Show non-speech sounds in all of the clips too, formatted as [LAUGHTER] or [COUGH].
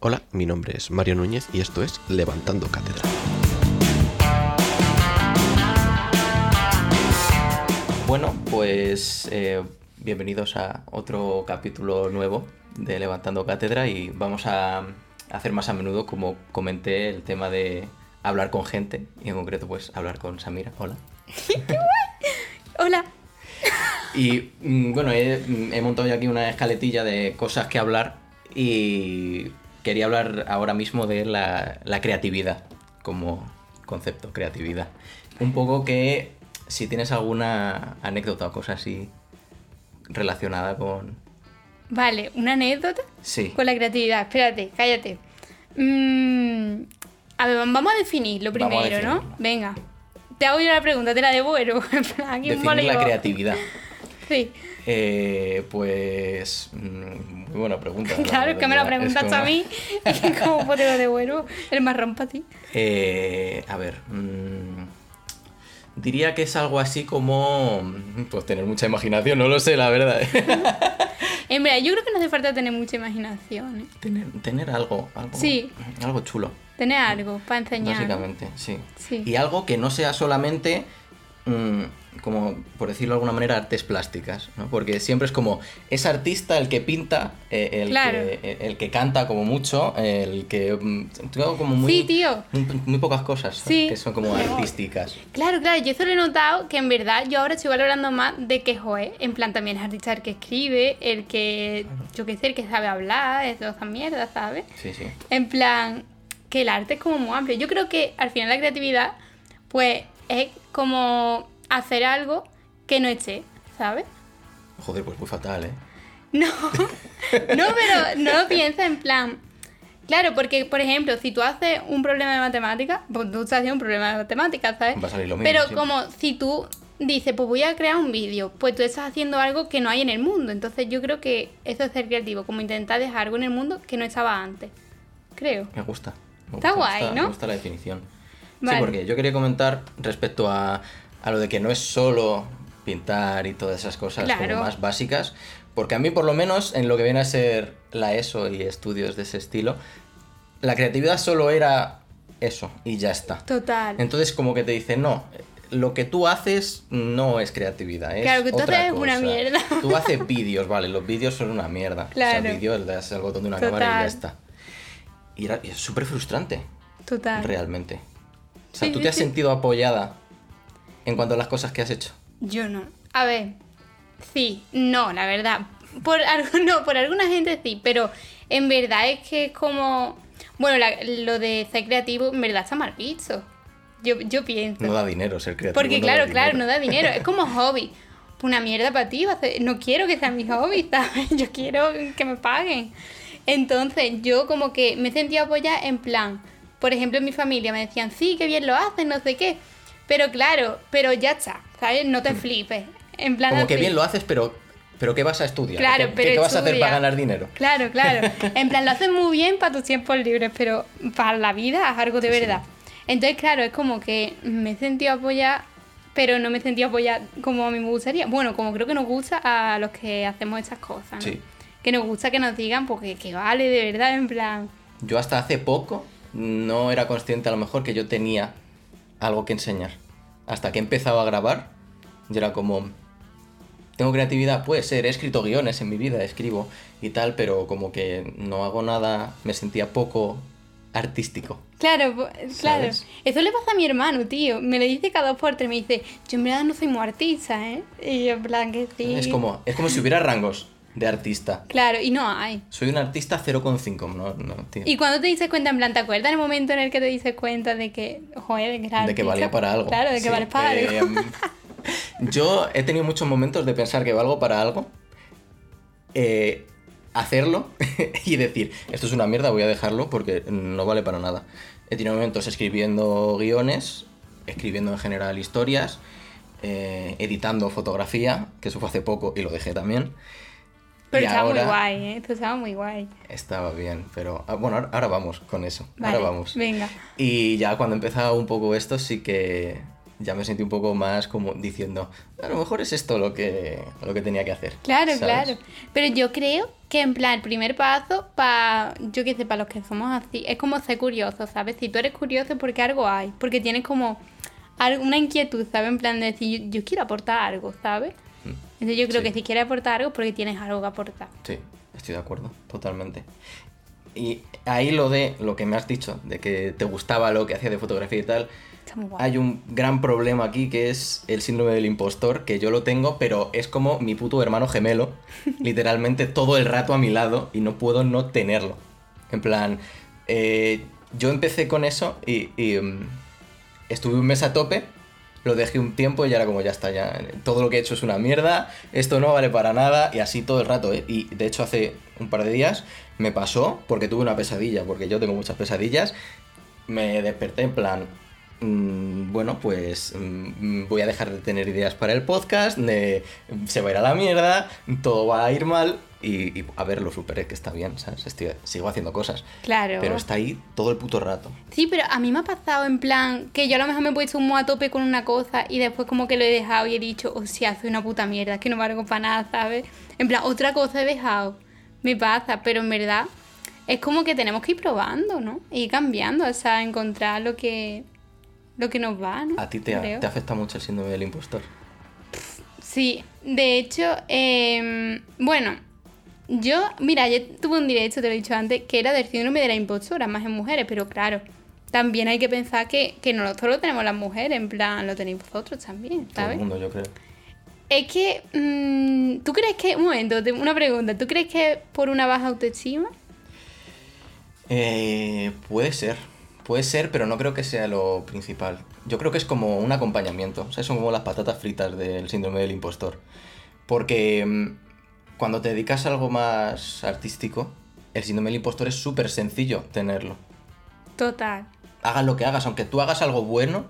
Hola, mi nombre es Mario Núñez y esto es Levantando Cátedra. Bueno, pues eh, bienvenidos a otro capítulo nuevo de Levantando Cátedra y vamos a hacer más a menudo, como comenté, el tema de hablar con gente y en concreto pues hablar con Samira. Hola. Hola. Y mm, bueno, he, he montado ya aquí una escaletilla de cosas que hablar y quería hablar ahora mismo de la, la creatividad como concepto, creatividad. Un poco que si tienes alguna anécdota o cosa así relacionada con... Vale, una anécdota Sí. con la creatividad. Espérate, cállate. Mm, a ver, vamos a definir lo Vamos a primero, ¿no? definirlo. Venga. Te hago yo la pregunta, te la devuelvo. [LAUGHS] En plan, Aquí un Definir la voleibol. creatividad. Sí. Eh, pues... mm, Muy buena pregunta. la [LAUGHS] Claro, es verdad, que me la es preguntas como- a mí. [LAUGHS] y ¿Cómo puedo lo devuelvo? El marrón para ti. Eh, a ver. mm, diría que es algo así como. mm, Pues tener mucha imaginación, no lo sé, la verdad. [LAUGHS] En verdad, Eh, yo creo que no hace falta tener mucha imaginación. ¿eh? tener, tener algo, algo. Sí. Algo chulo, Tener algo para enseñar. básicamente, sí. Sí. Y algo que no sea solamente. mm, como, por decirlo de alguna manera, artes plásticas, ¿no? Porque siempre es como, es artista el que pinta, eh, el, Claro. que, el que canta como mucho, el que... mm, tengo como muy, Sí, tío. Muy, muy pocas cosas Sí. que son como artísticas. Claro, claro, yo eso lo he notado que en verdad yo ahora estoy valorando más de que joe, en plan también es artista el que escribe, el que, yo qué sé, el que sabe hablar, es toda esa mierda, ¿sabes? Sí, sí. En plan, que el arte es como muy amplio. Yo creo que al final la creatividad, pues es como hacer algo que no esté, ¿sabes? Joder, pues muy fatal, ¿eh? No, [LAUGHS] no, pero no lo piensa en plan. Claro, porque, por ejemplo, si tú haces un problema de matemáticas, pues tú estás haciendo un problema de matemáticas, ¿sabes? Va a salir lo mismo, Pero sí. como si tú dices, pues voy a crear un vídeo, pues tú estás haciendo algo que no hay en el mundo. Entonces yo creo que eso es ser creativo, como intentar dejar algo en el mundo que no estaba antes. Creo. Me gusta. Me gusta, Está guay, me gusta- ¿no? Me gusta la definición. Vale. Sí, porque yo quería comentar respecto a, a lo de que no es solo pintar y todas esas cosas como Claro. más básicas, porque a mí por lo menos en lo que viene a ser la ESO y estudios de ese estilo, la creatividad solo era eso y ya está. Total. Entonces como que te dicen, no, lo que tú haces no es creatividad, es Claro, que tú otra haces es una cosa". mierda. [LAUGHS] Tú haces vídeos, vale, los vídeos son una mierda. O sea, Claro. vídeos le das al botón de una Total. cámara y ya está. Y era y es súper frustrante, Total. realmente. O sea, Sí, ¿tú sí, te has sí. sentido apoyada en cuanto a las cosas que has hecho? Yo no. A ver, sí, no, la verdad. Por, [LAUGHS] algu- no, por alguna gente sí, pero en verdad es que es como... Bueno, la- lo de ser creativo en verdad está mal visto. Yo, yo pienso. No da dinero ser creativo. Porque no da claro, dinero. claro, no da dinero. Es como hobby. Una mierda para ti. va a ser- No quiero que sea mi hobby, [LAUGHS] ¿sabes? Yo quiero que me paguen. Entonces yo como que me sentía apoyada en plan. Por ejemplo, en mi familia me decían, sí, qué bien lo haces, no sé qué. Pero claro, pero ya está, ¿sabes? [LAUGHS] No te flipes. En plan Como que así. bien lo haces, pero, pero ¿qué vas a estudiar? Claro, ¿Qué, pero qué vas a hacer estudia. para ganar dinero? Claro, [LAUGHS] claro. En plan, lo haces muy bien para tus tiempos libres, pero para la vida es algo de Sí, sí. verdad. Entonces, claro, es como que me he sentido apoyada, pero no me he sentido apoyada como a mí me gustaría. Bueno, como creo que nos gusta a los que hacemos esas cosas. ¿no? Sí. Que nos gusta que nos digan, porque que vale, de verdad, en plan. Yo hasta hace poco no era consciente a lo mejor que yo tenía algo que enseñar. Hasta que he empezado a grabar, yo era como... Tengo creatividad, puede ser, he escrito guiones en mi vida, escribo y tal, pero como que no hago nada, me sentía poco artístico. Claro, po- claro. ¿Sabes? Eso le pasa a mi hermano, tío. Me lo dice cada dos por tres. Me dice, yo en verdad no soy muy artista, ¿eh? Y yo, en plan, que sí. Es, como, es como si hubiera rangos de artista. Claro, y no hay. Soy un artista 0,5, no, no, tío. Y cuando te dices cuenta, en plan, ¿te acuerdas el momento en el que te dices cuenta de que, joder, de que, era de que artista? valía para algo. Claro, de que Sí. vales para Eh, algo. [LAUGHS] yo he tenido muchos momentos de pensar que valgo para algo, eh, hacerlo [LAUGHS] y decir, esto es una mierda, voy a dejarlo porque no vale para nada. He tenido momentos escribiendo guiones, escribiendo en general historias, eh, editando fotografía, que eso fue hace poco y lo dejé también. Pero y estaba ahora- muy guay, ¿eh? Esto estaba muy guay. Estaba bien, pero ah, bueno, ahora, ahora vamos con eso. Vale, ahora vamos. Venga. Y ya cuando empezaba un poco esto, sí que ya me sentí un poco más como diciendo, a lo mejor es esto lo que, lo que tenía que hacer. Claro, ¿sabes? claro. Pero yo creo que en plan, el primer paso para, yo qué sé, para los que somos así, es como ser curioso, ¿sabes? Si tú eres curioso es porque algo hay, porque tienes como al- una inquietud, ¿sabes? En plan de decir, yo, yo quiero aportar algo, ¿sabes? Entonces yo creo Sí. que si quieres aportar algo es porque tienes algo que aportar. Mm. Sí, estoy de acuerdo, totalmente. Y ahí lo de lo que me has dicho, de que te gustaba lo que hacía de fotografía y tal, Está muy guay. hay un gran problema aquí que es el síndrome del impostor, que yo lo tengo, pero es como mi puto hermano gemelo, literalmente todo el rato a mi lado y no puedo no tenerlo. En plan, eh, yo empecé con eso y, y, mm, estuve un mes a tope, lo dejé un tiempo y ya era como ya está, ya todo lo que he hecho es una mierda, esto no vale para nada y así todo el rato. ¿eh? Y de hecho hace un par de días me pasó porque tuve una pesadilla, porque yo tengo muchas pesadillas, me desperté en plan, mm, bueno, pues mm, mm, voy a dejar de tener ideas para el podcast, de- se va a ir a la mierda, todo va a ir mal y, y, a ver, lo superé, que está bien, ¿sabes? Estoy- sigo haciendo cosas, Claro. pero está ahí todo el puto rato. Sí, pero a mí me ha pasado en plan que yo a lo mejor me he puesto muy a tope con una cosa y después como que lo he dejado y he dicho, o sea, soy una puta mierda, que no valgo para nada, ¿sabes? En plan, otra cosa he dejado. Me pasa, pero en verdad es como que tenemos que ir probando, ¿no? Y ir cambiando, o sea, encontrar lo que lo que nos va, ¿no? A ti te, Creo. te afecta mucho el síndrome del impostor. Sí, de hecho, eh, bueno, yo, mira, ayer tuve un directo, te lo he dicho antes, que era del síndrome de la impostora, más en mujeres, pero claro, también hay que pensar que, que no lo- solo tenemos las mujeres, en plan, lo tenéis vosotros Todo también, el ¿sabes? mundo, yo creo. Es que, mm, ¿tú crees que, un momento, te- una pregunta, ¿tú crees que por una baja autoestima? Eh, puede ser. Puede ser, pero no creo que sea lo principal. Yo creo que es como un acompañamiento. O sea, son como las patatas fritas del síndrome del impostor. Porque mm, cuando te dedicas a algo más artístico, el síndrome del impostor es súper sencillo tenerlo. Total. Hagas lo que hagas, aunque tú hagas algo bueno,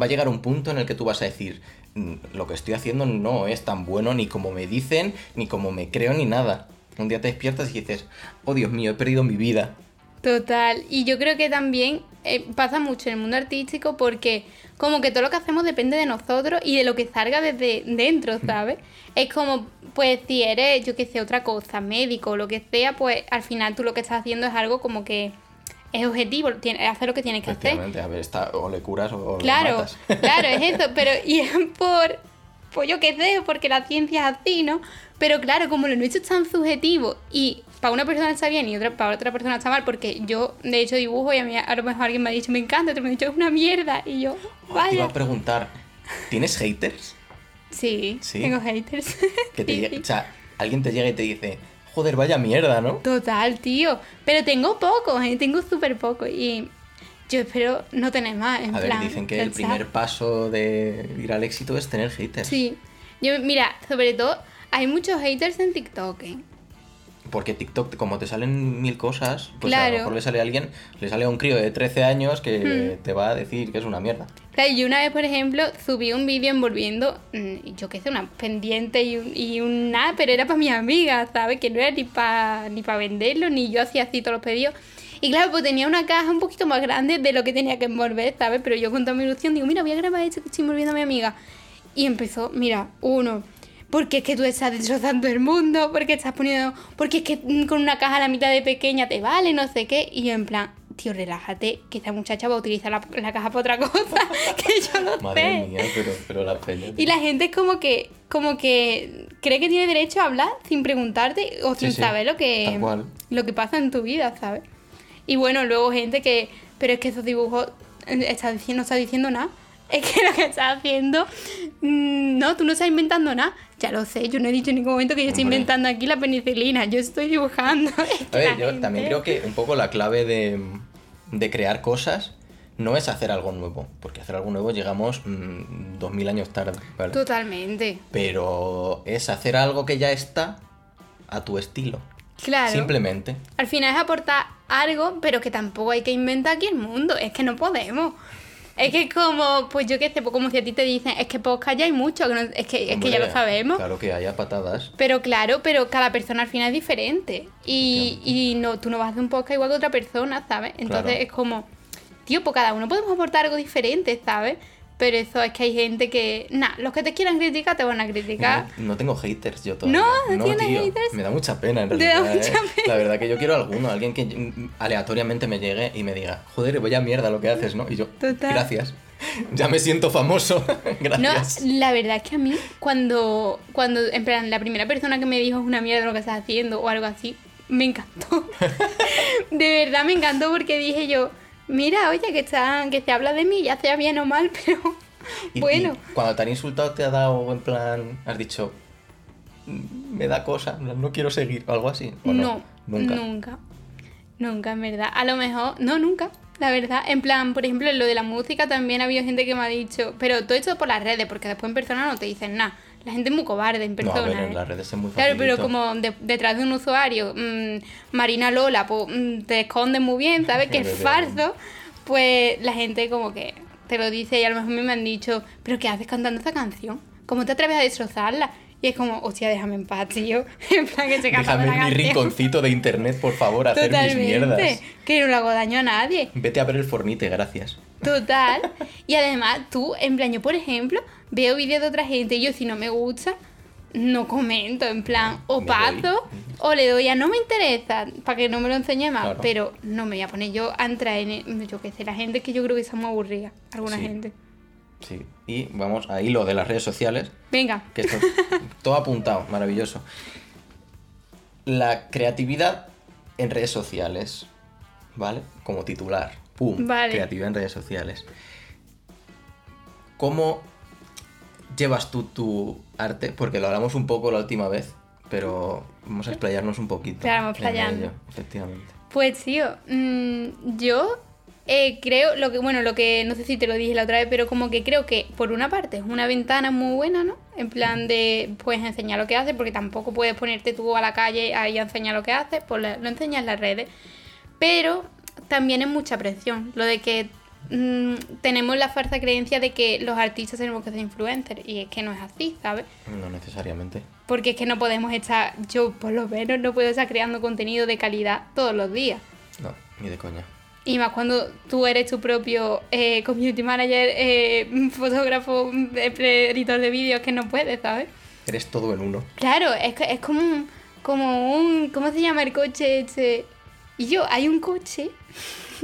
va a llegar un punto en el que tú vas a decir, "Mm, lo que estoy haciendo no es tan bueno ni como me dicen, ni como me creo, ni nada. Un día te despiertas y dices, oh Dios mío, he perdido mi vida. Total, y yo creo que también eh, pasa mucho en el mundo artístico porque como que todo lo que hacemos depende de nosotros y de lo que salga desde dentro, ¿sabes? Es como, pues si eres, yo que sé, otra cosa, médico o lo que sea, pues al final tú lo que estás haciendo es algo como que es objetivo, tiene- hacer lo que tienes que hacer. Efectivamente, a ver, está, o le curas o, o le [LAUGHS] Claro, matas. [LAUGHS] claro, es eso, pero y es por, pues yo qué sé, porque la ciencia es así, ¿no? Pero claro, como lo nuestro es tan subjetivo y para una persona está bien y otra, para otra persona está mal, porque yo de hecho dibujo y a mí a lo mejor alguien me ha dicho me encanta, otro me ha dicho es una mierda y yo, Oh, Te iba vaya. a preguntar, ¿tienes haters? Sí, Sí. tengo haters. Que te [LAUGHS] Sí, llegue- sí. o sea, alguien te llega y te dice, joder, vaya mierda, ¿no? Total, tío. Pero tengo pocos, ¿eh? tengo súper pocos y yo espero no tener más. En A ver, plan, dicen que el ¿sabes? primer paso de ir al éxito es tener haters. Sí. Yo, mira, sobre todo hay muchos haters en TikTok, ¿eh? Porque TikTok, como te salen mil cosas, pues a Claro. lo mejor le sale a alguien, le sale a un crío de 13 años que Hmm. te va a decir que es una mierda. O sea, yo una vez, por ejemplo, subí un vídeo envolviendo, mm, yo qué sé, una pendiente y un, y un nada, pero era para mis amigas, ¿sabes? Que no era ni para ni pa venderlo, ni yo hacía así todos los pedidos. Y claro, pues tenía una caja un poquito más grande de lo que tenía que envolver, ¿sabes? Pero yo con toda mi ilusión digo, mira, voy a grabar esto que estoy envolviendo a mi amiga. Y empezó, mira, uno, porque es que tú estás destrozando el mundo, porque estás poniendo, porque es que mm, con una caja a la mitad de pequeña te vale, no sé qué. Y yo en plan, tío, relájate, que esta muchacha va a utilizar la, la caja para otra cosa, [LAUGHS] que yo no Madre sé. mía, pero, pero la pena. Y la gente es como que, como que cree que tiene derecho a hablar sin preguntarte o Sí, sin sí, saber lo que, tal cual. lo que pasa en tu vida, ¿sabes? Y bueno, luego gente que, pero es que esos dibujos eh, está diciendo, no está diciendo nada. [LAUGHS] Es que lo que estás haciendo, mm, no, tú no estás inventando nada. Ya lo sé, yo no he dicho en ningún momento que yo estoy Hombre. inventando aquí la penicilina, yo estoy dibujando. [LAUGHS] Es A que ver, la yo también creo gente- que un poco la clave de, de crear cosas no es hacer algo nuevo, porque hacer algo nuevo llegamos mm, 2000 años tarde, ¿vale? Totalmente, Pero es hacer algo que ya está a tu estilo, claro. simplemente. Al final es aportar algo, pero que tampoco hay que inventar aquí el mundo. Es que no podemos. Es que es como, pues yo qué sé, pues como si a ti te dicen, es que podcast ya hay mucho, que no- es, que, es que ya Hombre, lo sabemos. Claro que haya patadas. Pero claro, pero cada persona al final es diferente. Y, y no, tú no vas a hacer un podcast igual que otra persona, ¿sabes? Entonces Claro. es como, tío, pues cada uno podemos aportar algo diferente, ¿sabes? Pero eso es que hay gente que. Nah, los que te quieran criticar te van a criticar. No, no tengo haters yo todavía. No, no tienes haters. Me da mucha pena en Te da realidad. ¿eh? mucha pena. La verdad que yo quiero alguno, alguien que mm, aleatoriamente me llegue y me diga, joder, vaya mierda lo que haces, ¿no? Y yo, Total. gracias. Ya me siento famoso. [LAUGHS] gracias. No, la verdad es que a mí, cuando, cuando, en plan, la primera persona que me dijo es una mierda lo que estás haciendo o algo así, me [LAUGHS] encantó. [LAUGHS] de verdad me encantó porque dije yo, mira, oye, que, está, que se habla de mí, ya sea bien o mal, [LAUGHS] pero Y- y bueno. cuando te han insultado te ha dado en plan, has dicho, "Mm, me da cosa, en plan, no quiero seguir, o algo así. ¿o No, nunca. nunca. Nunca, en verdad. A lo mejor, no, nunca. La verdad, en plan, por ejemplo, en lo de la música también ha habido gente que me ha dicho, pero todo esto por las redes, porque después en persona no te dicen nada. La gente es muy cobarde No, en a persona. ver, en ¿eh? las redes es muy Claro, pero facilito. como de- detrás de un usuario, mm, Marina Lola, pues mm, te esconde muy [LAUGHS] bien, ¿sabes? Que es Desde falso, pues la gente como que te lo dice y a lo mejor a mí me han dicho, ¿pero qué haces cantando esta canción? ¿Cómo te atreves a destrozarla? Y es como, hostia, déjame en paz, tío. [LAUGHS] En plan, que se canta Déjame la en mi canción. rinconcito de internet, por favor, a hacer mis mierdas. Totalmente. Que no le hago daño a nadie. Vete a ver el fornite, gracias. Total. Y además, tú, en plan, yo, por ejemplo, veo vídeos de otra gente y yo, si no me gusta, no comento, en plan, o Me paso, o le doy a no me interesa, para que no me lo enseñe más. Claro. Pero no me voy a poner yo a entrar en, yo qué sé, la gente que yo creo que está muy aburrida, alguna Sí. gente. Sí. Y vamos a hilo de las redes sociales, Venga, que [LAUGHS] esto todo apuntado, maravilloso. La creatividad en redes sociales, ¿vale? Como titular. ¡Pum! Vale. Creatividad en redes sociales. ¿Cómo llevas tú tu arte? Porque lo hablamos un poco la última vez, pero vamos a explayarnos un poquito. Claro, vamos en ello, explayando. Efectivamente. Pues tío, mm, yo eh, creo, lo que, bueno, lo que no sé si te lo dije la otra vez, pero como que creo que por una parte es una ventana muy buena, ¿no? En plan de, pues enseñar lo que haces, porque tampoco puedes ponerte tú a la calle ahí a enseñar lo que haces, pues la- lo enseñas en las redes. Pero también es mucha presión, lo de que mm, tenemos la falsa creencia de que los artistas tenemos que ser influencers, y es que no es así, ¿sabes? No necesariamente. Porque es que no podemos estar, yo por lo menos no puedo estar creando contenido de calidad todos los días. No, ni de coña. Y más cuando tú eres tu propio eh, community manager, eh, [LAUGHS] fotógrafo, eh, editor de vídeos, que no puedes, ¿sabes? Eres todo en uno. Claro, es, que- es como, un, como un... ¿Cómo se llama el coche este? Y yo, hay un coche.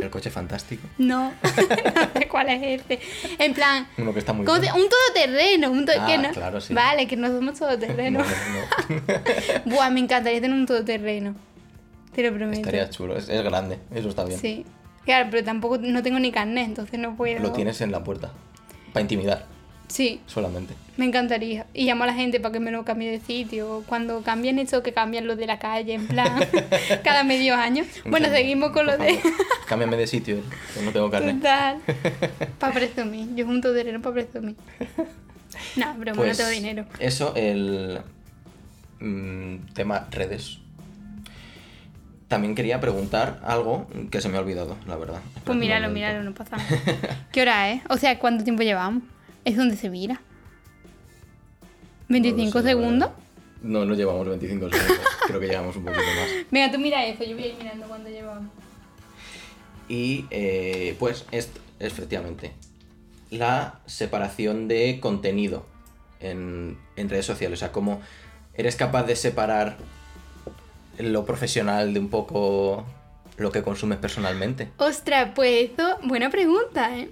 El coche fantástico. No, [LAUGHS] no sé cuál es este. En plan, Uno que está muy ¿cómo se- bien. un todoterreno, un to- Ah, que no. claro, sí. Vale, que no [LAUGHS] somos todoterreno. No, [LAUGHS] no, Buah, me encantaría tener un todoterreno. Te lo prometo. Estaría chulo. Es, es grande. Eso está bien. Sí. Claro, pero tampoco no tengo ni carnet, entonces no puedo. Lo tienes en la puerta. Para intimidar, Sí. solamente. Me encantaría. Y llamo a la gente para que me lo cambie de sitio. Cuando cambien eso, que cambian lo de la calle, en [LAUGHS] plan, cada medio año. Bueno, seguimos con lo Por [LAUGHS] de... favor, Cámbiame de sitio, que no tengo carnet. [LAUGHS] Total. Para presumir. Yo junto dinero para presumir. No, broma, Pues, no tengo dinero. Eso, el mm, tema redes. También quería preguntar algo que se me ha olvidado, la verdad. Espera Pues un míralo, momento. míralo, no pasa nada. [LAUGHS] ¿Qué hora es? O sea, ¿cuánto tiempo llevamos? Es donde se mira. No lo ¿25 sé, la segundos? verdad. No, no llevamos 25 segundos. Creo que llegamos un poquito más. Venga, tú mira eso, yo voy a ir mirando cuánto llevamos. Y eh, pues es, efectivamente la separación de contenido en, en redes sociales. O sea, como eres capaz de separar lo profesional de un poco lo que consumes personalmente. Ostras, pues eso, buena pregunta, ¿eh?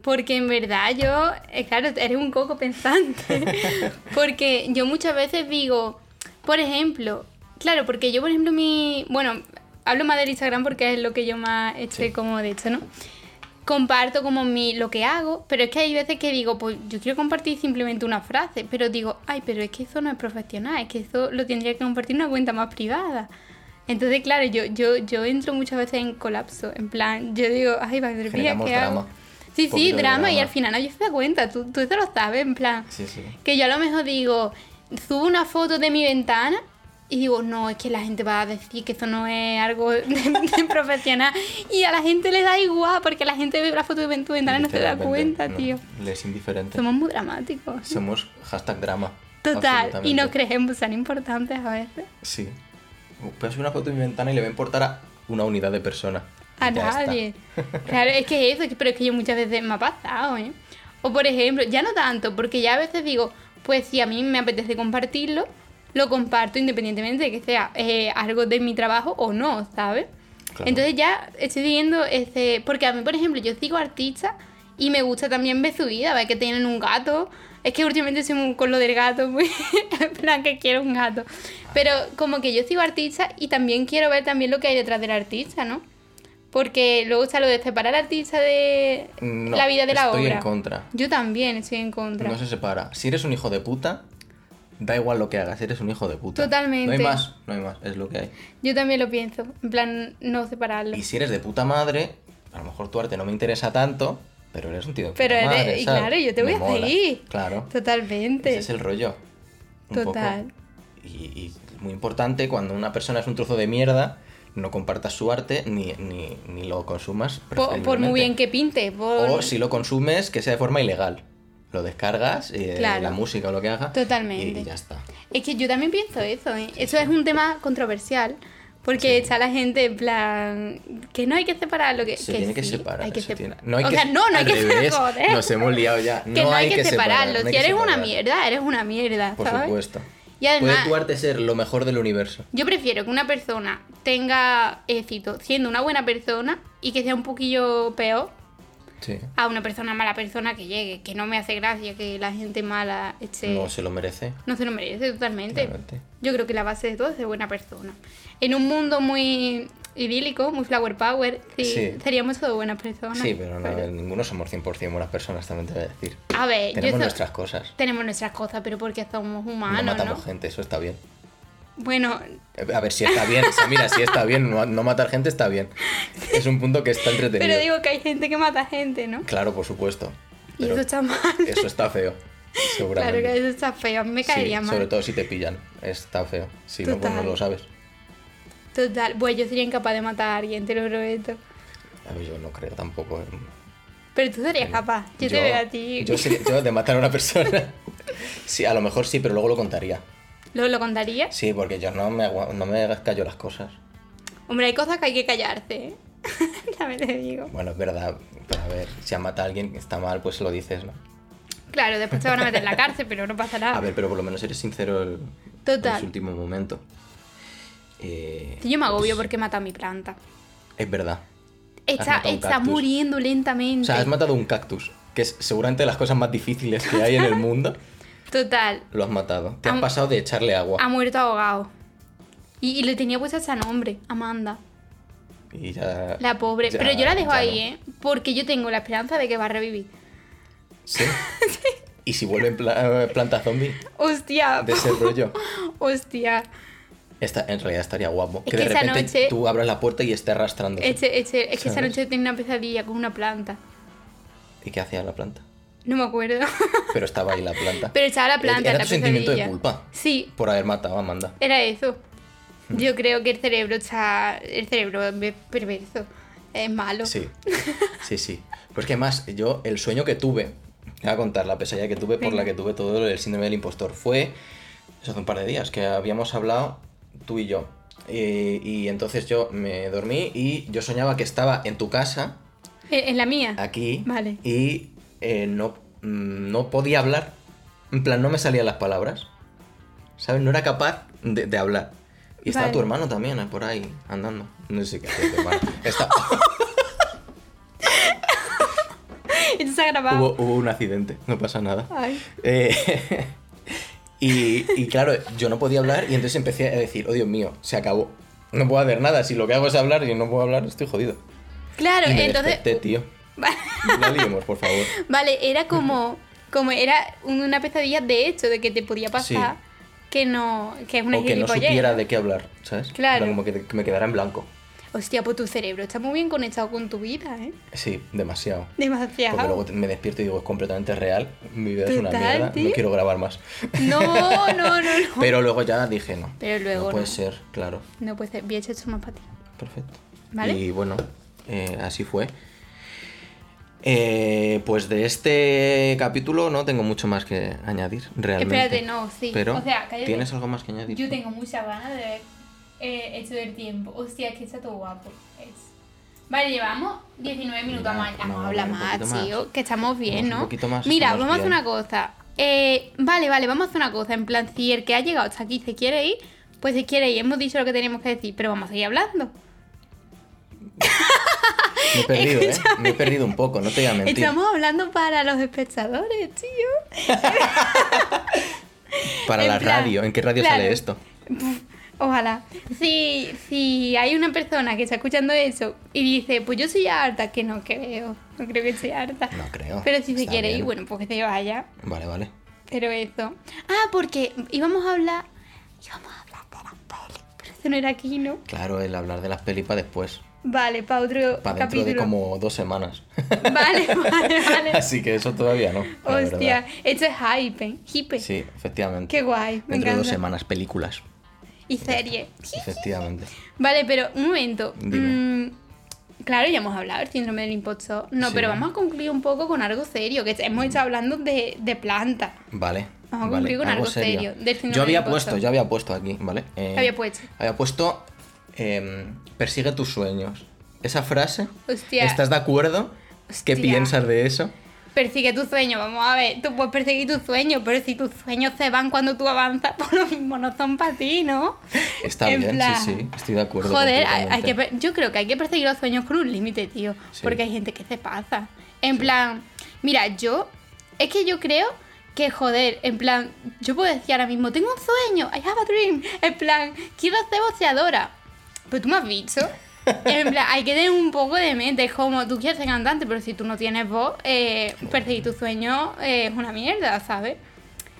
Porque en verdad yo, eh, claro, eres un coco pensante. porque yo muchas veces digo, por ejemplo, claro, porque yo, por ejemplo, mi. Bueno, hablo más del Instagram porque es lo que yo más estoy Sí. como de hecho, ¿no? Comparto como mi, lo que hago, pero es que hay veces que digo, pues yo quiero compartir simplemente una frase, pero digo, ay, pero es que eso no es profesional, es que eso lo tendría que compartir en una cuenta más privada. Entonces, claro, yo, yo, yo entro muchas veces en colapso. En plan, yo digo, ay, madre mía, Generamos ¿qué drama. hago? Sí, Un sí, poquito de drama, y drama. al final nadie se da cuenta. Tú, tú eso lo sabes, en plan. Sí, sí. Que yo a lo mejor digo, subo una foto de mi ventana y digo, no, es que la gente va a decir que eso no es algo [LAUGHS] de- de profesional. Y a la gente le da igual porque la gente ve la foto de tu ventana y no se da Literalmente, cuenta, no, tío. le es indiferente. Somos, Somos muy dramáticos. hashtag drama. Total, y nos absolutamente. creemos tan importantes a veces. Sí. Voy a subir una foto de mi ventana y le va a importar a una unidad de persona. A Ya está. [LAUGHS] nadie. Claro, es que eso, pero es que yo muchas veces me ha pasado, ¿eh? O por ejemplo, ya no tanto, porque ya a veces digo, pues si a mí me apetece compartirlo, lo comparto independientemente de que sea eh, algo de mi trabajo o no, ¿sabes? Claro. Entonces ya estoy siguiendo ese... Porque a mí, por ejemplo, yo sigo artistas y me gusta también ver su vida, ver que tienen un gato. Es que últimamente soy muy- con lo del gato, [LAUGHS] muy... en plan que quiero un gato. Pero como que yo sigo artistas y también quiero ver también lo que hay detrás del artista, ¿no? Porque luego está lo de separar al artista de No, la vida de la estoy obra. en contra. Yo también estoy en contra. No se separa. Si eres un hijo de puta, da igual lo que hagas, eres un hijo de puta. Totalmente. No hay más, no hay más, es lo que hay. Yo también lo pienso, en plan no separarlo. Y si eres de puta madre, a lo mejor tu arte no me interesa tanto, pero eres un tío de puta Pero eres- madre, y ¿sabes? claro, yo te Me voy a mola. seguir. Claro. Totalmente. Ese es el rollo. Un poco. Total. Y, y es muy importante cuando una persona es un trozo de mierda, no compartas su arte ni, ni, ni lo consumas. Po- por, preferiblemente. Oh, muy bien que pinte, por- O si lo consumes, que sea de forma ilegal. Lo descargas, eh, Claro. la música o lo que haga. Totalmente. Y, y ya está. Es que yo también pienso eso, ¿eh? Eso es un tema controversial. Porque está la gente en plan. Que no hay que separarlo. Eh, Que, Se que tiene que sí, separar. Hay que se tiene- separar. o sea, no, no hay al que revés, separarlo. ¿eh? Nos hemos liado ya. [LAUGHS] que no, hay, que, separarlo. no hay si que eres una separar. mierda, eres una mierda, Por ¿sabes? supuesto. Y además- Puede tu arte ser lo mejor del universo. Yo prefiero que una persona tenga éxito siendo una buena persona y que sea un poquillo peor Sí. a una persona mala persona que llegue, que no me hace gracia que la gente mala esté. No se lo merece. No se lo merece totalmente. Totalmente. Yo creo que la base de todo es de buena persona. En un mundo muy idílico, muy flower power, sí, Sí. seríamos todos buenas personas. Sí, pero no, ninguno somos 100% buenas personas, también te voy a decir. A ver, Eh, yo Tenemos so- nuestras cosas. tenemos nuestras cosas, pero porque somos no humanos, Ah, ¿no? matamos gente, eso está bien. Bueno, Eh, A ver, si está bien. o sea, mira, si está bien. No, no matar gente está bien. Es un punto que está entretenido. pero digo que hay gente que mata gente, ¿no? Claro, por supuesto. Y Pero eso está mal. eso está [LAUGHS] feo. Claro Seguramente. que eso está feo, a mí me Sí, caería mal. Sobre todo si te pillan. Está feo. Si no, pues no Total. lo sabes. Total, bueno, yo sería incapaz de matar a alguien, te lo prometo. A ver, yo no creo tampoco. en- Pero tú serías capaz, yo, te veo a ti. Yo, sé- yo de matar a una persona. [LAUGHS] Sí, a lo mejor sí, pero luego lo contaría. ¿Lo, ¿Lo contarías? Sí, porque yo no me, agua- no me callo las cosas. Hombre, hay cosas que hay que callarse, ¿eh? [LAUGHS] También te digo. Bueno, es verdad. Pero a ver, si ha matado a alguien que está mal, pues lo dices, ¿no? Claro, después te van a meter en la cárcel, pero no pasa nada. A ver, pero por lo menos eres sincero el, Total. en su último momento. Eh, Sí, yo me agobio porque he matado mi planta. Es verdad. Está, matado un está cactus. muriendo lentamente. O sea, has matado un cactus, que es seguramente de las cosas más difíciles que hay en [LAUGHS] el mundo. Total, Lo has matado. Te has Am- pasado de echarle ha agua. muerto ahogado. Y, y le tenía puesto ese nombre, Amanda. Y ya. La pobre. ya- pero yo la dejo ya ahí, no. ¿eh? Porque yo tengo la esperanza de que va a revivir. [LAUGHS] Sí. ¿Y si vuelve en pla- eh, planta zombie? Hostia. De ese rollo. [LAUGHS] Hostia. Esta, en realidad estaría guapo. Es que, de que esa repente noche- tú abras la puerta y esté arrastrando. Este- este- es que esa ¿Sabes? noche tenía una pesadilla con una planta. ¿Y qué hacía la planta? No me acuerdo. [LAUGHS] Pero estaba ahí la planta. pero estaba la Era planta en tu la sentimiento de pesadilla. culpa. Sí, Por haber matado a Amanda. Era eso. Hmm. Yo creo que el cerebro está. El cerebro es perverso. Es malo. Sí. [LAUGHS] Sí, sí. Pues que más, yo, el sueño que tuve, te voy a contar la pesadilla que tuve por Venga. la que tuve todo el síndrome del impostor, fue eso hace un par de días que habíamos hablado tú y yo. Eh, y entonces yo me dormí y yo soñaba que estaba en tu casa, En, en E, la mía. [LAUGHS] aquí Vale. y eh, no, mm, no podía hablar. En plan, no me salían las palabras. ¿Sabes? No era capaz de, de hablar. Y estaba Vale. tu hermano también eh, por ahí andando. No sé qué hacía tu [LAUGHS] hermano. Está- Esto se ha grabado. hubo, hubo un accidente, no pasa nada. Ay. Eh, [LAUGHS] y, y claro, yo no podía hablar y entonces empecé a decir, oh Dios mío, se acabó. No puedo hacer nada. Si lo que hago es hablar y no puedo hablar, estoy jodido. Claro, y me entonces. desperté, [LAUGHS] tío. No liemos, por favor. Vale, era como. Como era un- una pesadilla de hecho, de que te podía pasar. Que no. Que es una o que no gilipollez. supiera de qué hablar, ¿sabes? Claro. Era Como que, te- que me quedara en blanco. Hostia, pues tu cerebro está muy bien conectado con tu vida, ¿eh? Sí, demasiado. Demasiado. Porque luego te- me despierto y digo, es completamente real, mi vida es una Total, mierda, tío. no quiero grabar [LAUGHS] más. No, no, [LAUGHS] no, no. Pero luego ya dije, no. Pero luego No puede no. ser, claro. No puede ser. Voy a echar esto más para ti. Perfecto. Vale. Y bueno, eh, así fue. Eh, pues de este capítulo no tengo mucho más que añadir, realmente. Espérate, no, sí. Pero, O sea, cállate. ¿tienes algo más que añadir? Yo tengo muchas ganas de ver eh, esto del tiempo. Hostia, es que está todo guapo. Es. Vale, llevamos 19 minutos Venga, más. Vamos no, a hablar un más, poquito más. tío, que estamos bien, Vamos ¿no? un poquito más, Mira, estamos vamos a hacer bien. una cosa. Eh, vale, vale, vamos a hacer una cosa. En plan, si el que ha llegado hasta aquí se quiere ir, pues se quiere ir. Hemos dicho lo que teníamos que decir, pero vamos a seguir hablando. Me he [LAUGHS] perdido, ¿eh? Me he perdido un poco, no te voy a mentir. Estamos hablando para los espectadores, tío. Para en la plan, radio, ¿en qué radio claro. sale esto? Ojalá. Si, si hay una persona que está escuchando eso y dice, pues yo soy harta, que no creo. No creo que sea harta. No creo. Pero si se Está quiere ir, bien. bueno, pues que se vaya. Vale, vale. Pero eso. Ah, porque íbamos a hablar. Íbamos a hablar de las pelis. Pero eso no era aquí, ¿no? Claro, el hablar de las pelis para después. Vale, para otro Para dentro capítulo. de como dos semanas. Vale, [LAUGHS] vale, [LAUGHS] vale. Así que eso todavía no. la verdad. Hostia, esto es hype, hipe. Sí, efectivamente. Qué guay, me Dentro de dos encanta. semanas, películas. [LAUGHS] Y serie. Efectivamente. Vale, pero un momento. Dime. Mm, claro, ya hemos hablado del síndrome del impostor. No, Sí. pero vamos a concluir un poco con algo serio, que hemos estado hablando de, de planta. Vale. Vamos a vale. cumplir con algo serio, del síndrome Yo había del puesto, impostor. yo había puesto aquí, ¿vale? Eh, Había puesto. Había puesto. em, persigue tus sueños. Esa frase. Hostia. ¿Estás de acuerdo? Hostia. ¿Qué piensas de eso? Persigue tu sueño, vamos a ver, tú puedes perseguir tu sueño, pero si tus sueños se van cuando tú avanzas, [LAUGHS] por lo mismo no son para ti, ¿no? Está En bien, plan, sí, sí. Estoy de acuerdo. Joder, hay, hay completamente. que, per- yo creo que hay que perseguir los sueños con un límite, tío, Sí. porque hay gente que se pasa. En plan, mira, yo, es que yo creo que, joder, en plan, yo puedo decir ahora mismo, tengo un sueño, I have a dream, [LAUGHS] en plan, quiero ser boceadora, pero tú me has dicho... En plan, hay que tener un poco de mente, es como tú quieres ser cantante, pero si tú no tienes voz, eh, perseguir tu sueño eh, es una mierda, ¿sabes?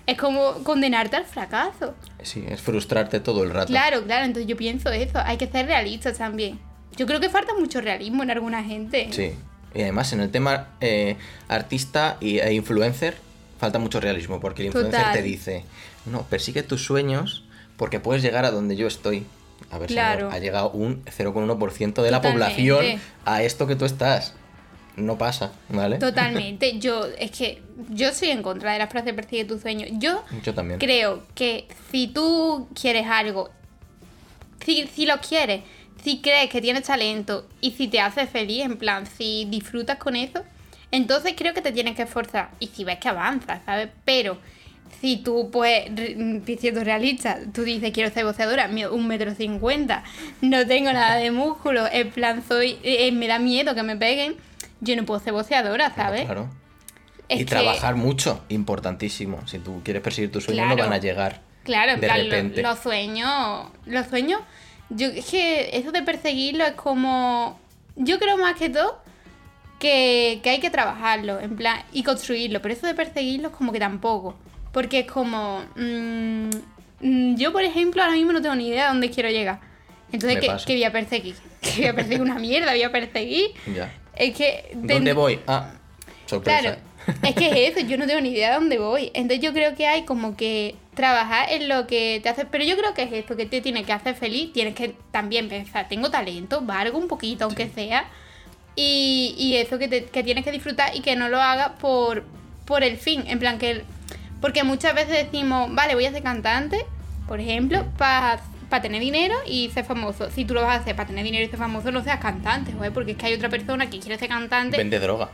Es como condenarte al fracaso. Sí, es frustrarte todo el rato. Claro, claro, entonces yo pienso eso, hay que ser realistas también. Yo creo que falta mucho realismo en alguna gente. Sí. Y además en el tema eh, artista y- e influencer falta mucho realismo, porque el influencer Total. te dice, no, persigue tus sueños porque puedes llegar a donde yo estoy. A ver, señor, Claro. ha llegado un 0,1% de la Totalmente. población a esto que tú estás. No pasa, ¿vale? Totalmente, yo es que yo soy en contra de la frase persigue tu sueño. Yo Yo también. creo que si tú quieres algo, si, si lo quieres, si crees que tienes talento y si te hace feliz, en plan, si disfrutas con eso, entonces creo que te tienes que esforzar y si ves que avanzas, ¿sabes? Pero si tú, pues, re- mm, siendo realista, tú dices quiero ser boceadora, mido un metro cincuenta, no tengo nada de músculo, en plan, soy, eh, eh, me da miedo que me peguen, yo no puedo ser boceadora, No, ¿sabes? Claro. y Es que- trabajar mucho, importantísimo. Si tú quieres perseguir tus sueños, no Claro. van a llegar. Claro, en de plan, lo- repente. los sueños. Los sueños. Yo es que eso de perseguirlo es como. Yo creo más que todo que, que hay que trabajarlo, en plan, y construirlo. Pero eso de perseguirlo es como que tampoco. Porque es como. mm, mm, yo, por ejemplo, ahora mismo no tengo ni idea de dónde quiero llegar. Entonces, Me ¿qué, pasa. qué voy a perseguir? [LAUGHS] ¿Qué voy a perseguir? Una mierda, voy a perseguir. Ya. Es que. ¿Dónde ten- voy? Ah, sorpresa. Claro, es que es eso, yo no tengo ni idea de dónde voy. Entonces yo creo que hay como que trabajar en lo que te hace... Pero yo creo que es esto, que te tiene que hacer feliz, tienes que también pensar, tengo talento, valgo un poquito, aunque sea. Y, y eso que, te- que tienes que disfrutar y que no lo hagas por, por el fin, en plan que... el- porque muchas veces decimos, vale, voy a ser cantante, por ejemplo, para tener dinero y ser famoso. Si tú lo vas a hacer para tener dinero y ser famoso, no seas cantante, joder, porque es que hay otra persona que quiere ser [LAUGHS] cantante. Vende droga.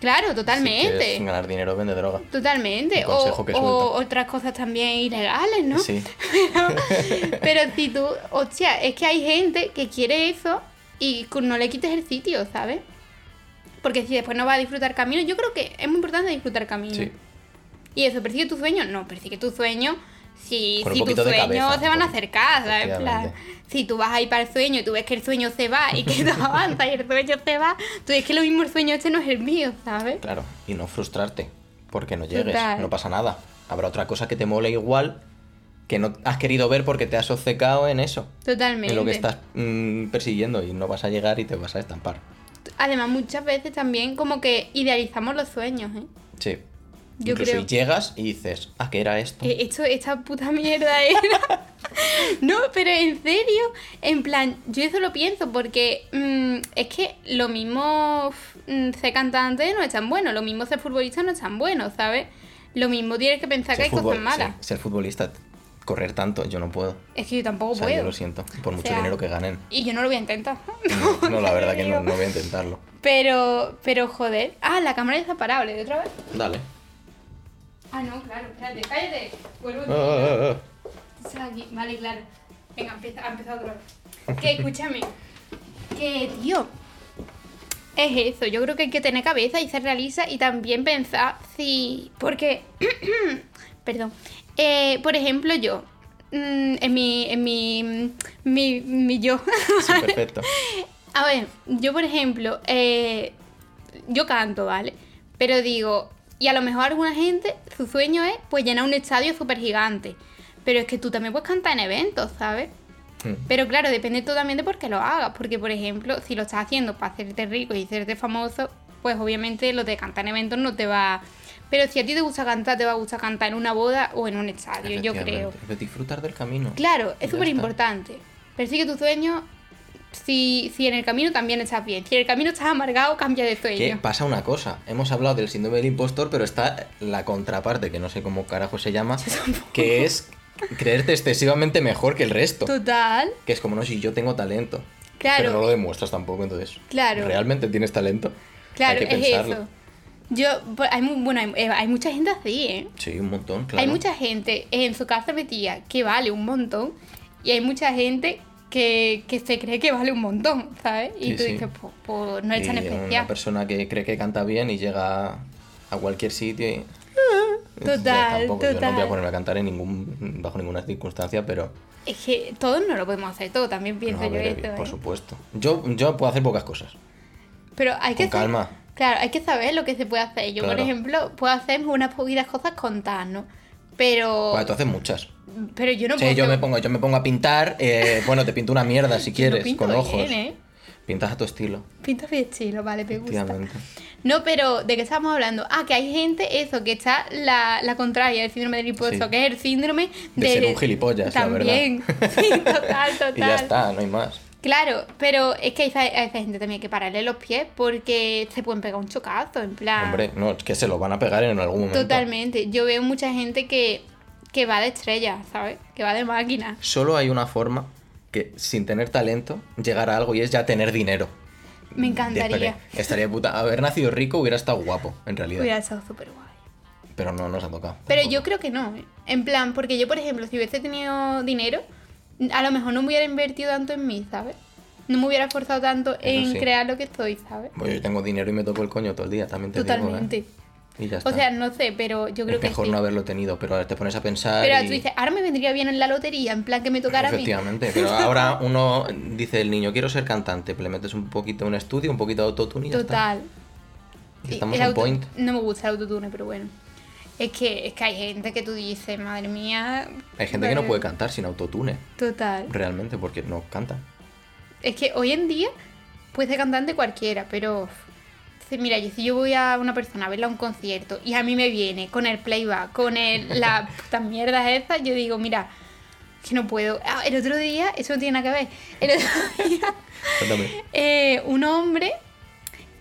Claro, Si totalmente. quieres ganar dinero, vende droga. Totalmente. Un O, consejo que o suelta. otras cosas también ilegales, ¿no? Sí, [LAUGHS] [LAUGHS] Pero si tú, hostia, es que hay gente que quiere eso y cu- no le quites el sitio, ¿sabes? Porque si después no va a disfrutar camino, yo creo que es muy importante disfrutar camino. sí. Y eso, persigue tu sueño, no, persigue tu sueño. Si, Con un si tus poquito de sueños cabeza, se van a con- acercar, ¿sabes? En plan, efectivamente. si tú vas ahí para el sueño y tú ves que el sueño se va y [LAUGHS] que no avanza y el sueño se va, tú ves que lo mismo el sueño este no es el mío, ¿sabes? Claro, y no frustrarte, porque no llegues, Total. no pasa nada. Habrá otra cosa que te mole igual que no has querido ver porque te has obcecado en eso, Totalmente. en lo que estás mm, persiguiendo y no vas a llegar y te vas a estampar. Además, muchas veces también como que idealizamos los sueños, ¿eh? Sí. Yo Incluso creo- Eh, y llegas y dices, ah, que era esto. Que esto, esta puta mierda [LAUGHS] era... no, pero en serio, en plan, yo eso lo pienso porque mm, es que lo mismo mm, ser cantante no es tan bueno, lo mismo ser futbolista no es tan bueno, ¿sabes? Lo mismo tienes que pensar que hay cosas futbol- malas. sí, ser futbolista correr tanto, yo no puedo. Es que yo tampoco O sea, puedo. yo lo siento, por mucho sea, dinero que [LAUGHS] ganen. Y yo no lo voy a intentar. No, no, la verdad que no, digo. no voy a [LAUGHS] intentarlo. Pero, pero joder. Ah, la cámara ya está parable, ¿de otra vez? Dale. Ah, no, claro, espérate, cállate. Vuelvo Ah, ah, ah, Esa de aquí. Vale, claro. Venga, empieza, ha empezado otra [LAUGHS] vez. Que escúchame. Que, tío. Es eso, yo creo que hay que tener cabeza y ser realista y también pensar si. Porque. [CLEARS THROAT] Perdón. Eh, por ejemplo, yo. mm, en mi. En mi. mm, Mi, mi yo. [LAUGHS] ah. Sí, perfecto. A ver, yo por ejemplo, eh, yo canto, ¿vale? Pero digo, y a lo mejor alguna gente, su sueño es pues llenar un estadio súper gigante. Pero es que tú también puedes cantar en eventos, ¿sabes? Mm, Pero claro, depende totalmente por qué lo hagas. Porque, por ejemplo, si lo estás haciendo para hacerte rico y hacerte famoso, pues obviamente lo de cantar en eventos no te va... Pero si a ti te gusta cantar, te va a gustar cantar en una boda o en un estadio, yo creo. efectivamente. Pero disfrutar del camino. Claro, Ya es súper está. importante. Persigue tu sueño si, si en el camino también estás bien. Si en el camino estás amargado, cambia de Que sueño. pasa una cosa, hemos hablado del síndrome del impostor, pero está la contraparte, que no sé cómo carajo se [LAUGHS] llama, que es creerte excesivamente mejor que el resto. Total. Que es como, no, si yo tengo talento. Claro. Pero no lo demuestras tampoco, entonces. Claro. ¿Realmente tienes talento? Claro, Hay que es pensarlo. eso. Yo, por- hay muy, bueno, hay, eh, hay mucha gente así, ¿eh? Sí, un montón, claro. Hay mucha gente en su casa metida que vale un montón y hay mucha gente que, que se cree que vale un montón, ¿sabes? Y Sí, tú sí. dices, pues, pues no es tan Y Una especial. persona que cree que canta bien y llega a cualquier sitio y... Ah, Total, Ya, tampoco, Yo no voy total. a ponerme a cantar en ningún, bajo ninguna circunstancia, pero... Es que todos no lo podemos hacer, todo también no, pienso a yo ver, esto, por ¿eh? supuesto. Yo, yo puedo hacer pocas cosas. Pero hay que Con calma. Saber, claro, hay que saber lo que se puede hacer. Yo, por Claro. ejemplo, puedo hacer unas poquitas cosas contadas, ¿no? Pero, Bueno, tú haces muchas. pero yo Oh. no Pues Sí, puedo. yo me hacer- pongo, yo me pongo a pintar. [LAUGHS] eh, bueno, te pinto una mierda si Yo quieres, pinto con bien, ojos. ¿eh? Pintas a tu estilo, Pinto bien chilo, vale, me gusta. efectivamente. No, pero ¿de qué estamos hablando? Ah, que hay gente, eso, que está la, la contraria del síndrome del impuesto, Sí. que es el síndrome De ser un gilipollas, la verdad. [LAUGHS] También. [LAUGHS] Sí, total, total. Y ya está, no hay más. Claro, pero es que hay esa, a esa gente también hay que pararle los pies porque se pueden pegar un chocazo, en plan. Hombre, no, es que se lo van a pegar en algún momento. Ah. Totalmente. Yo veo mucha gente que, que va de estrella, ¿sabes? Que va de máquina. Solo hay una forma que, sin tener talento, llegar a algo y es ya tener dinero. Me encantaría. Despre- Estaría de puta. Haber nacido rico hubiera estado guapo, en realidad. Hubiera estado súper guay. Pero no nos ha tocado. Pero tampoco. yo creo que no. ¿eh? En plan, porque yo, por ejemplo, si hubiese tenido dinero, a lo mejor no me hubiera invertido tanto en mí, ¿sabes? No me hubiera esforzado tanto en sí. crear lo que soy, ¿sabes? Pues yo tengo dinero y me toco el coño todo el día, también te Totalmente. digo. ¿eh? Y ya está. O sea, no sé, pero yo creo es que mejor sí. no haberlo tenido, pero ahora te pones a pensar. Pero y- tú dices, ahora me vendría bien en la lotería, en plan que me tocara a mí. Efectivamente, pero ahora uno dice el niño, quiero ser cantante, pero le metes un poquito un estudio, un poquito de autotune y ya está. Total. Y Sí, Estamos el en auto- point. No me gusta el autotune, pero bueno. Es que, es que hay gente que tú dices, madre mía. Hay gente que no vale". puede cantar sin autotune, Total. realmente, porque no canta. Es que hoy en día puede ser cantante cualquiera, pero. uf, sí, Mira, yo, si yo voy a una persona a verla a un concierto y a mí me viene con el playback, [LAUGHS] con el, la puta mierda esa, yo digo, mira, que no puedo. Ah, el otro día, eso no tiene nada que ver. El otro [LAUGHS] día, Cuéntame. eh, un hombre,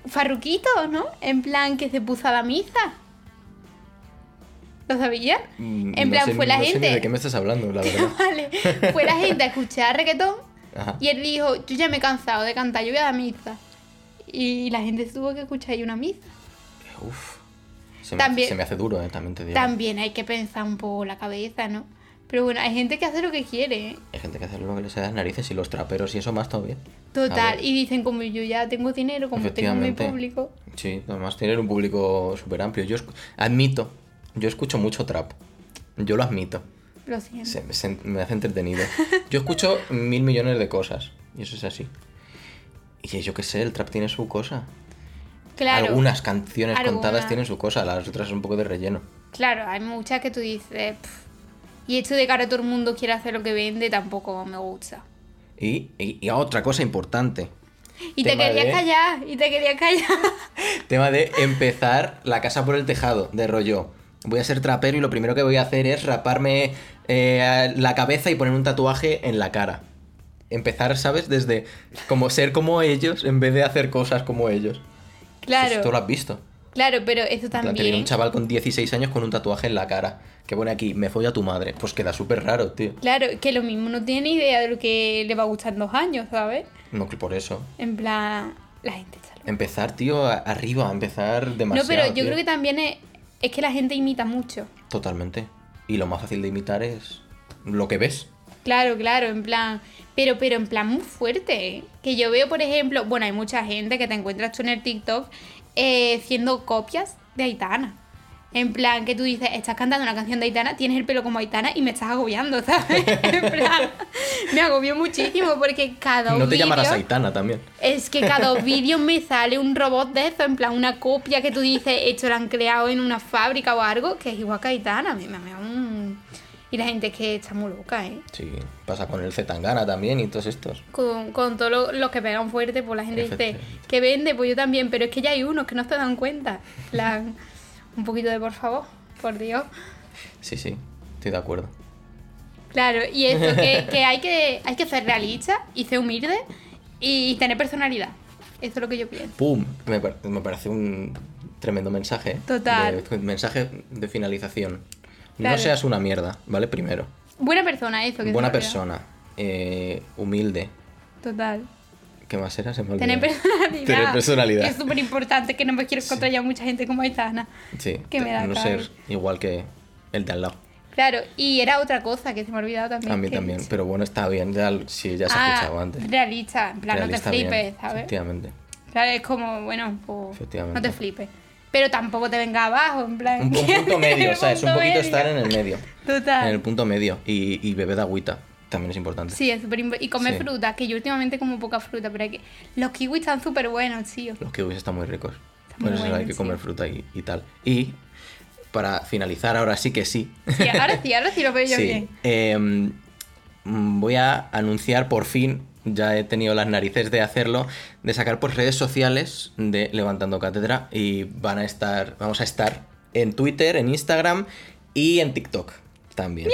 farruquito, ¿no? En plan que se puso a la misa. [LAUGHS] ¿Lo sabían? Mm, En no plan, sé- fue la no sé ni gente. de qué me estás hablando, la verdad. [LAUGHS] Vale, fue la gente a escuchar reggaetón Ajá. y él dijo, yo ya me he cansado de cantar, yo voy a la misa. Y la gente tuvo que escuchar ahí una misa. Uf. Se me, También- se me hace duro, eh, también te digo. También hay que pensar un poco la cabeza, ¿no? Pero bueno, hay gente que hace lo que quiere, ¿eh? Hay gente que hace lo que le sale de las narices y los traperos y eso más todavía. A Total, ver. y dicen como yo ya tengo dinero, como tengo mi Efectivamente. público. Sí, además tener un público súper amplio. Yo escu- admito, yo escucho mucho trap. Yo lo admito. Lo siento. Se- se- me hace [LAUGHS] entretenido. Yo escucho mil millones de cosas. Y eso es así. Y yo qué sé, el trap tiene su cosa. Claro, Algunas canciones contadas Algunas. tienen su cosa, las otras son un poco de relleno. claro, hay muchas que tú dices... "Pff". Y esto de que ahora todo el mundo quiere hacer lo que vende tampoco me gusta. Y, y- y otra cosa importante. Y te Tema querías de- callar, y te querías callar. [LAUGHS] Tema de empezar la casa por el tejado, de rollo. Voy a ser trapero y lo primero que voy a hacer es raparme eh, la cabeza y poner un tatuaje en la cara. Empezar, ¿sabes? Desde como ser como ellos en vez de hacer cosas como ellos. Claro. Esto lo has visto. Claro, pero eso En plan, te viene también. un chaval con 16 años con un tatuaje en la cara que pone aquí, me folla tu madre. Pues queda súper raro, tío. Claro, que lo mismo no tiene ni idea de lo que le va a gustar en dos años, ¿sabes? No, que por eso. En plan, la gente está loca. Empezar, tío, a- arriba, empezar No, demasiado. pero yo tío. creo que también es, es que la gente imita mucho. Totalmente. Y lo más fácil de imitar es lo que ves. Claro, claro, en plan, pero, pero en plan muy fuerte. ¿eh? Que yo veo, por ejemplo, bueno, hay mucha gente que te encuentras tú en el TikTok eh, haciendo copias de Aitana. En plan, que tú dices, estás cantando una canción de Aitana, tienes el pelo como Aitana y me estás agobiando, ¿sabes? [LAUGHS] En plan, me agobió muchísimo porque cada No te llamarás vídeo- Aitana también. Es que cada vídeo me sale un robot de eso, en plan una copia que tú dices, esto lo han creado en una fábrica o algo, que es igual que Aitana. Me, me, me- un- Y la gente es que está muy loca, ¿eh? Sí, pasa con el Zetangana también y todos estos. Con, con todos lo- los que pegan fuerte, pues la gente dice, Efectivamente. que vende? Pues yo también, pero es que ya hay unos que no se dan cuenta. En plan, un poquito de por favor, por Dios. Sí, sí, estoy de acuerdo. Claro, y eso, que, que hay que hay que ser realista y ser humilde y tener personalidad. Eso es lo que yo pienso. ¡Pum! Me, par- me parece un tremendo mensaje. ¿eh? Total. De- mensaje de finalización. Claro. No seas una mierda, ¿vale? Primero. Buena persona, eso. que se Buena me olvida. persona. eh, humilde. Total. ¿Qué más era? Se me olvidó. Tener personalidad. Tener personalidad. Que es súper importante, que no me quiero encontrar ya mucha gente como Aitana. Sí. [LAUGHS] que me da no cague. ser igual que el de al lado. Claro, y era otra cosa que se me ha olvidado también. A mí que- también. Pero bueno, está bien. Ya, sí, ya se ha Ah, escuchado antes. Realista, en plan, Realista no te bien, flipes, ¿sabes? [LAUGHS] Efectivamente. Claro, es como, bueno, pues, Efectivamente. no te flipes. Pero tampoco te venga abajo, en plan. [LAUGHS] Un, un punto medio, el o sea, es un punto poquito medio. estar en el medio. Total. En el punto medio. Y, y beber de agüita. También es importante. Sí, es súper importante. Y comer Sí. fruta, que yo últimamente como poca fruta, pero es que los kiwis están súper buenos, tío. Los kiwis están muy ricos. Están muy Por eso hay buenos, que sí. comer fruta y, y tal. Y para finalizar, ahora sí que sí. Sí, ahora sí, ahora sí lo veo [LAUGHS] yo Sí. bien. em, mm, voy a anunciar por fin, ya he tenido las narices de hacerlo, de sacar por redes sociales de Levantando Cátedra y van a estar, vamos a estar en Twitter, en Instagram y en TikTok también. Eh,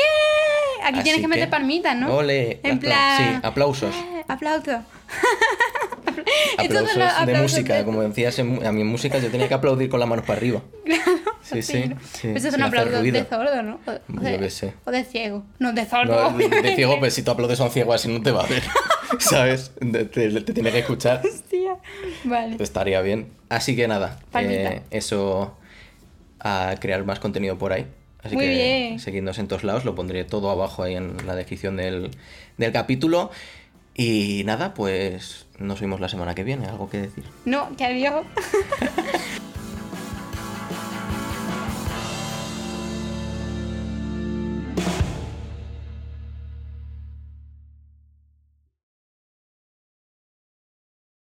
Aquí tienes Así que meter que, palmitas, ¿no? ole, apla- En plan. sí, aplausos. eh, aplauso. Entonces, Aplausos los de aplausos música, de- como decías, en- a mí en música yo tenía que aplaudir con las manos para arriba. [LAUGHS] Sí, [LAUGHS] sí. ¿no? sí, Eso es sin hacer un aplauso ruido. de sordo, ¿no? O, Yo o de, qué sé. o de ciego. Ah, No, de sordo. No, de- de obviamente. [LAUGHS] ciego, pues si tú aplaudes a un ciego así no te va a ver. [LAUGHS] ¿Sabes? Te, te- te tiene que escuchar. Hostia. Vale. Te estaría bien. Así que nada. Palmita. eh, eso a crear más contenido por ahí. Así Muy que bien. seguidnos en todos lados. Lo pondré todo abajo ahí en la descripción del, del capítulo. Y nada, pues nos vemos la semana que viene. ¿Algo que decir? No, que adiós.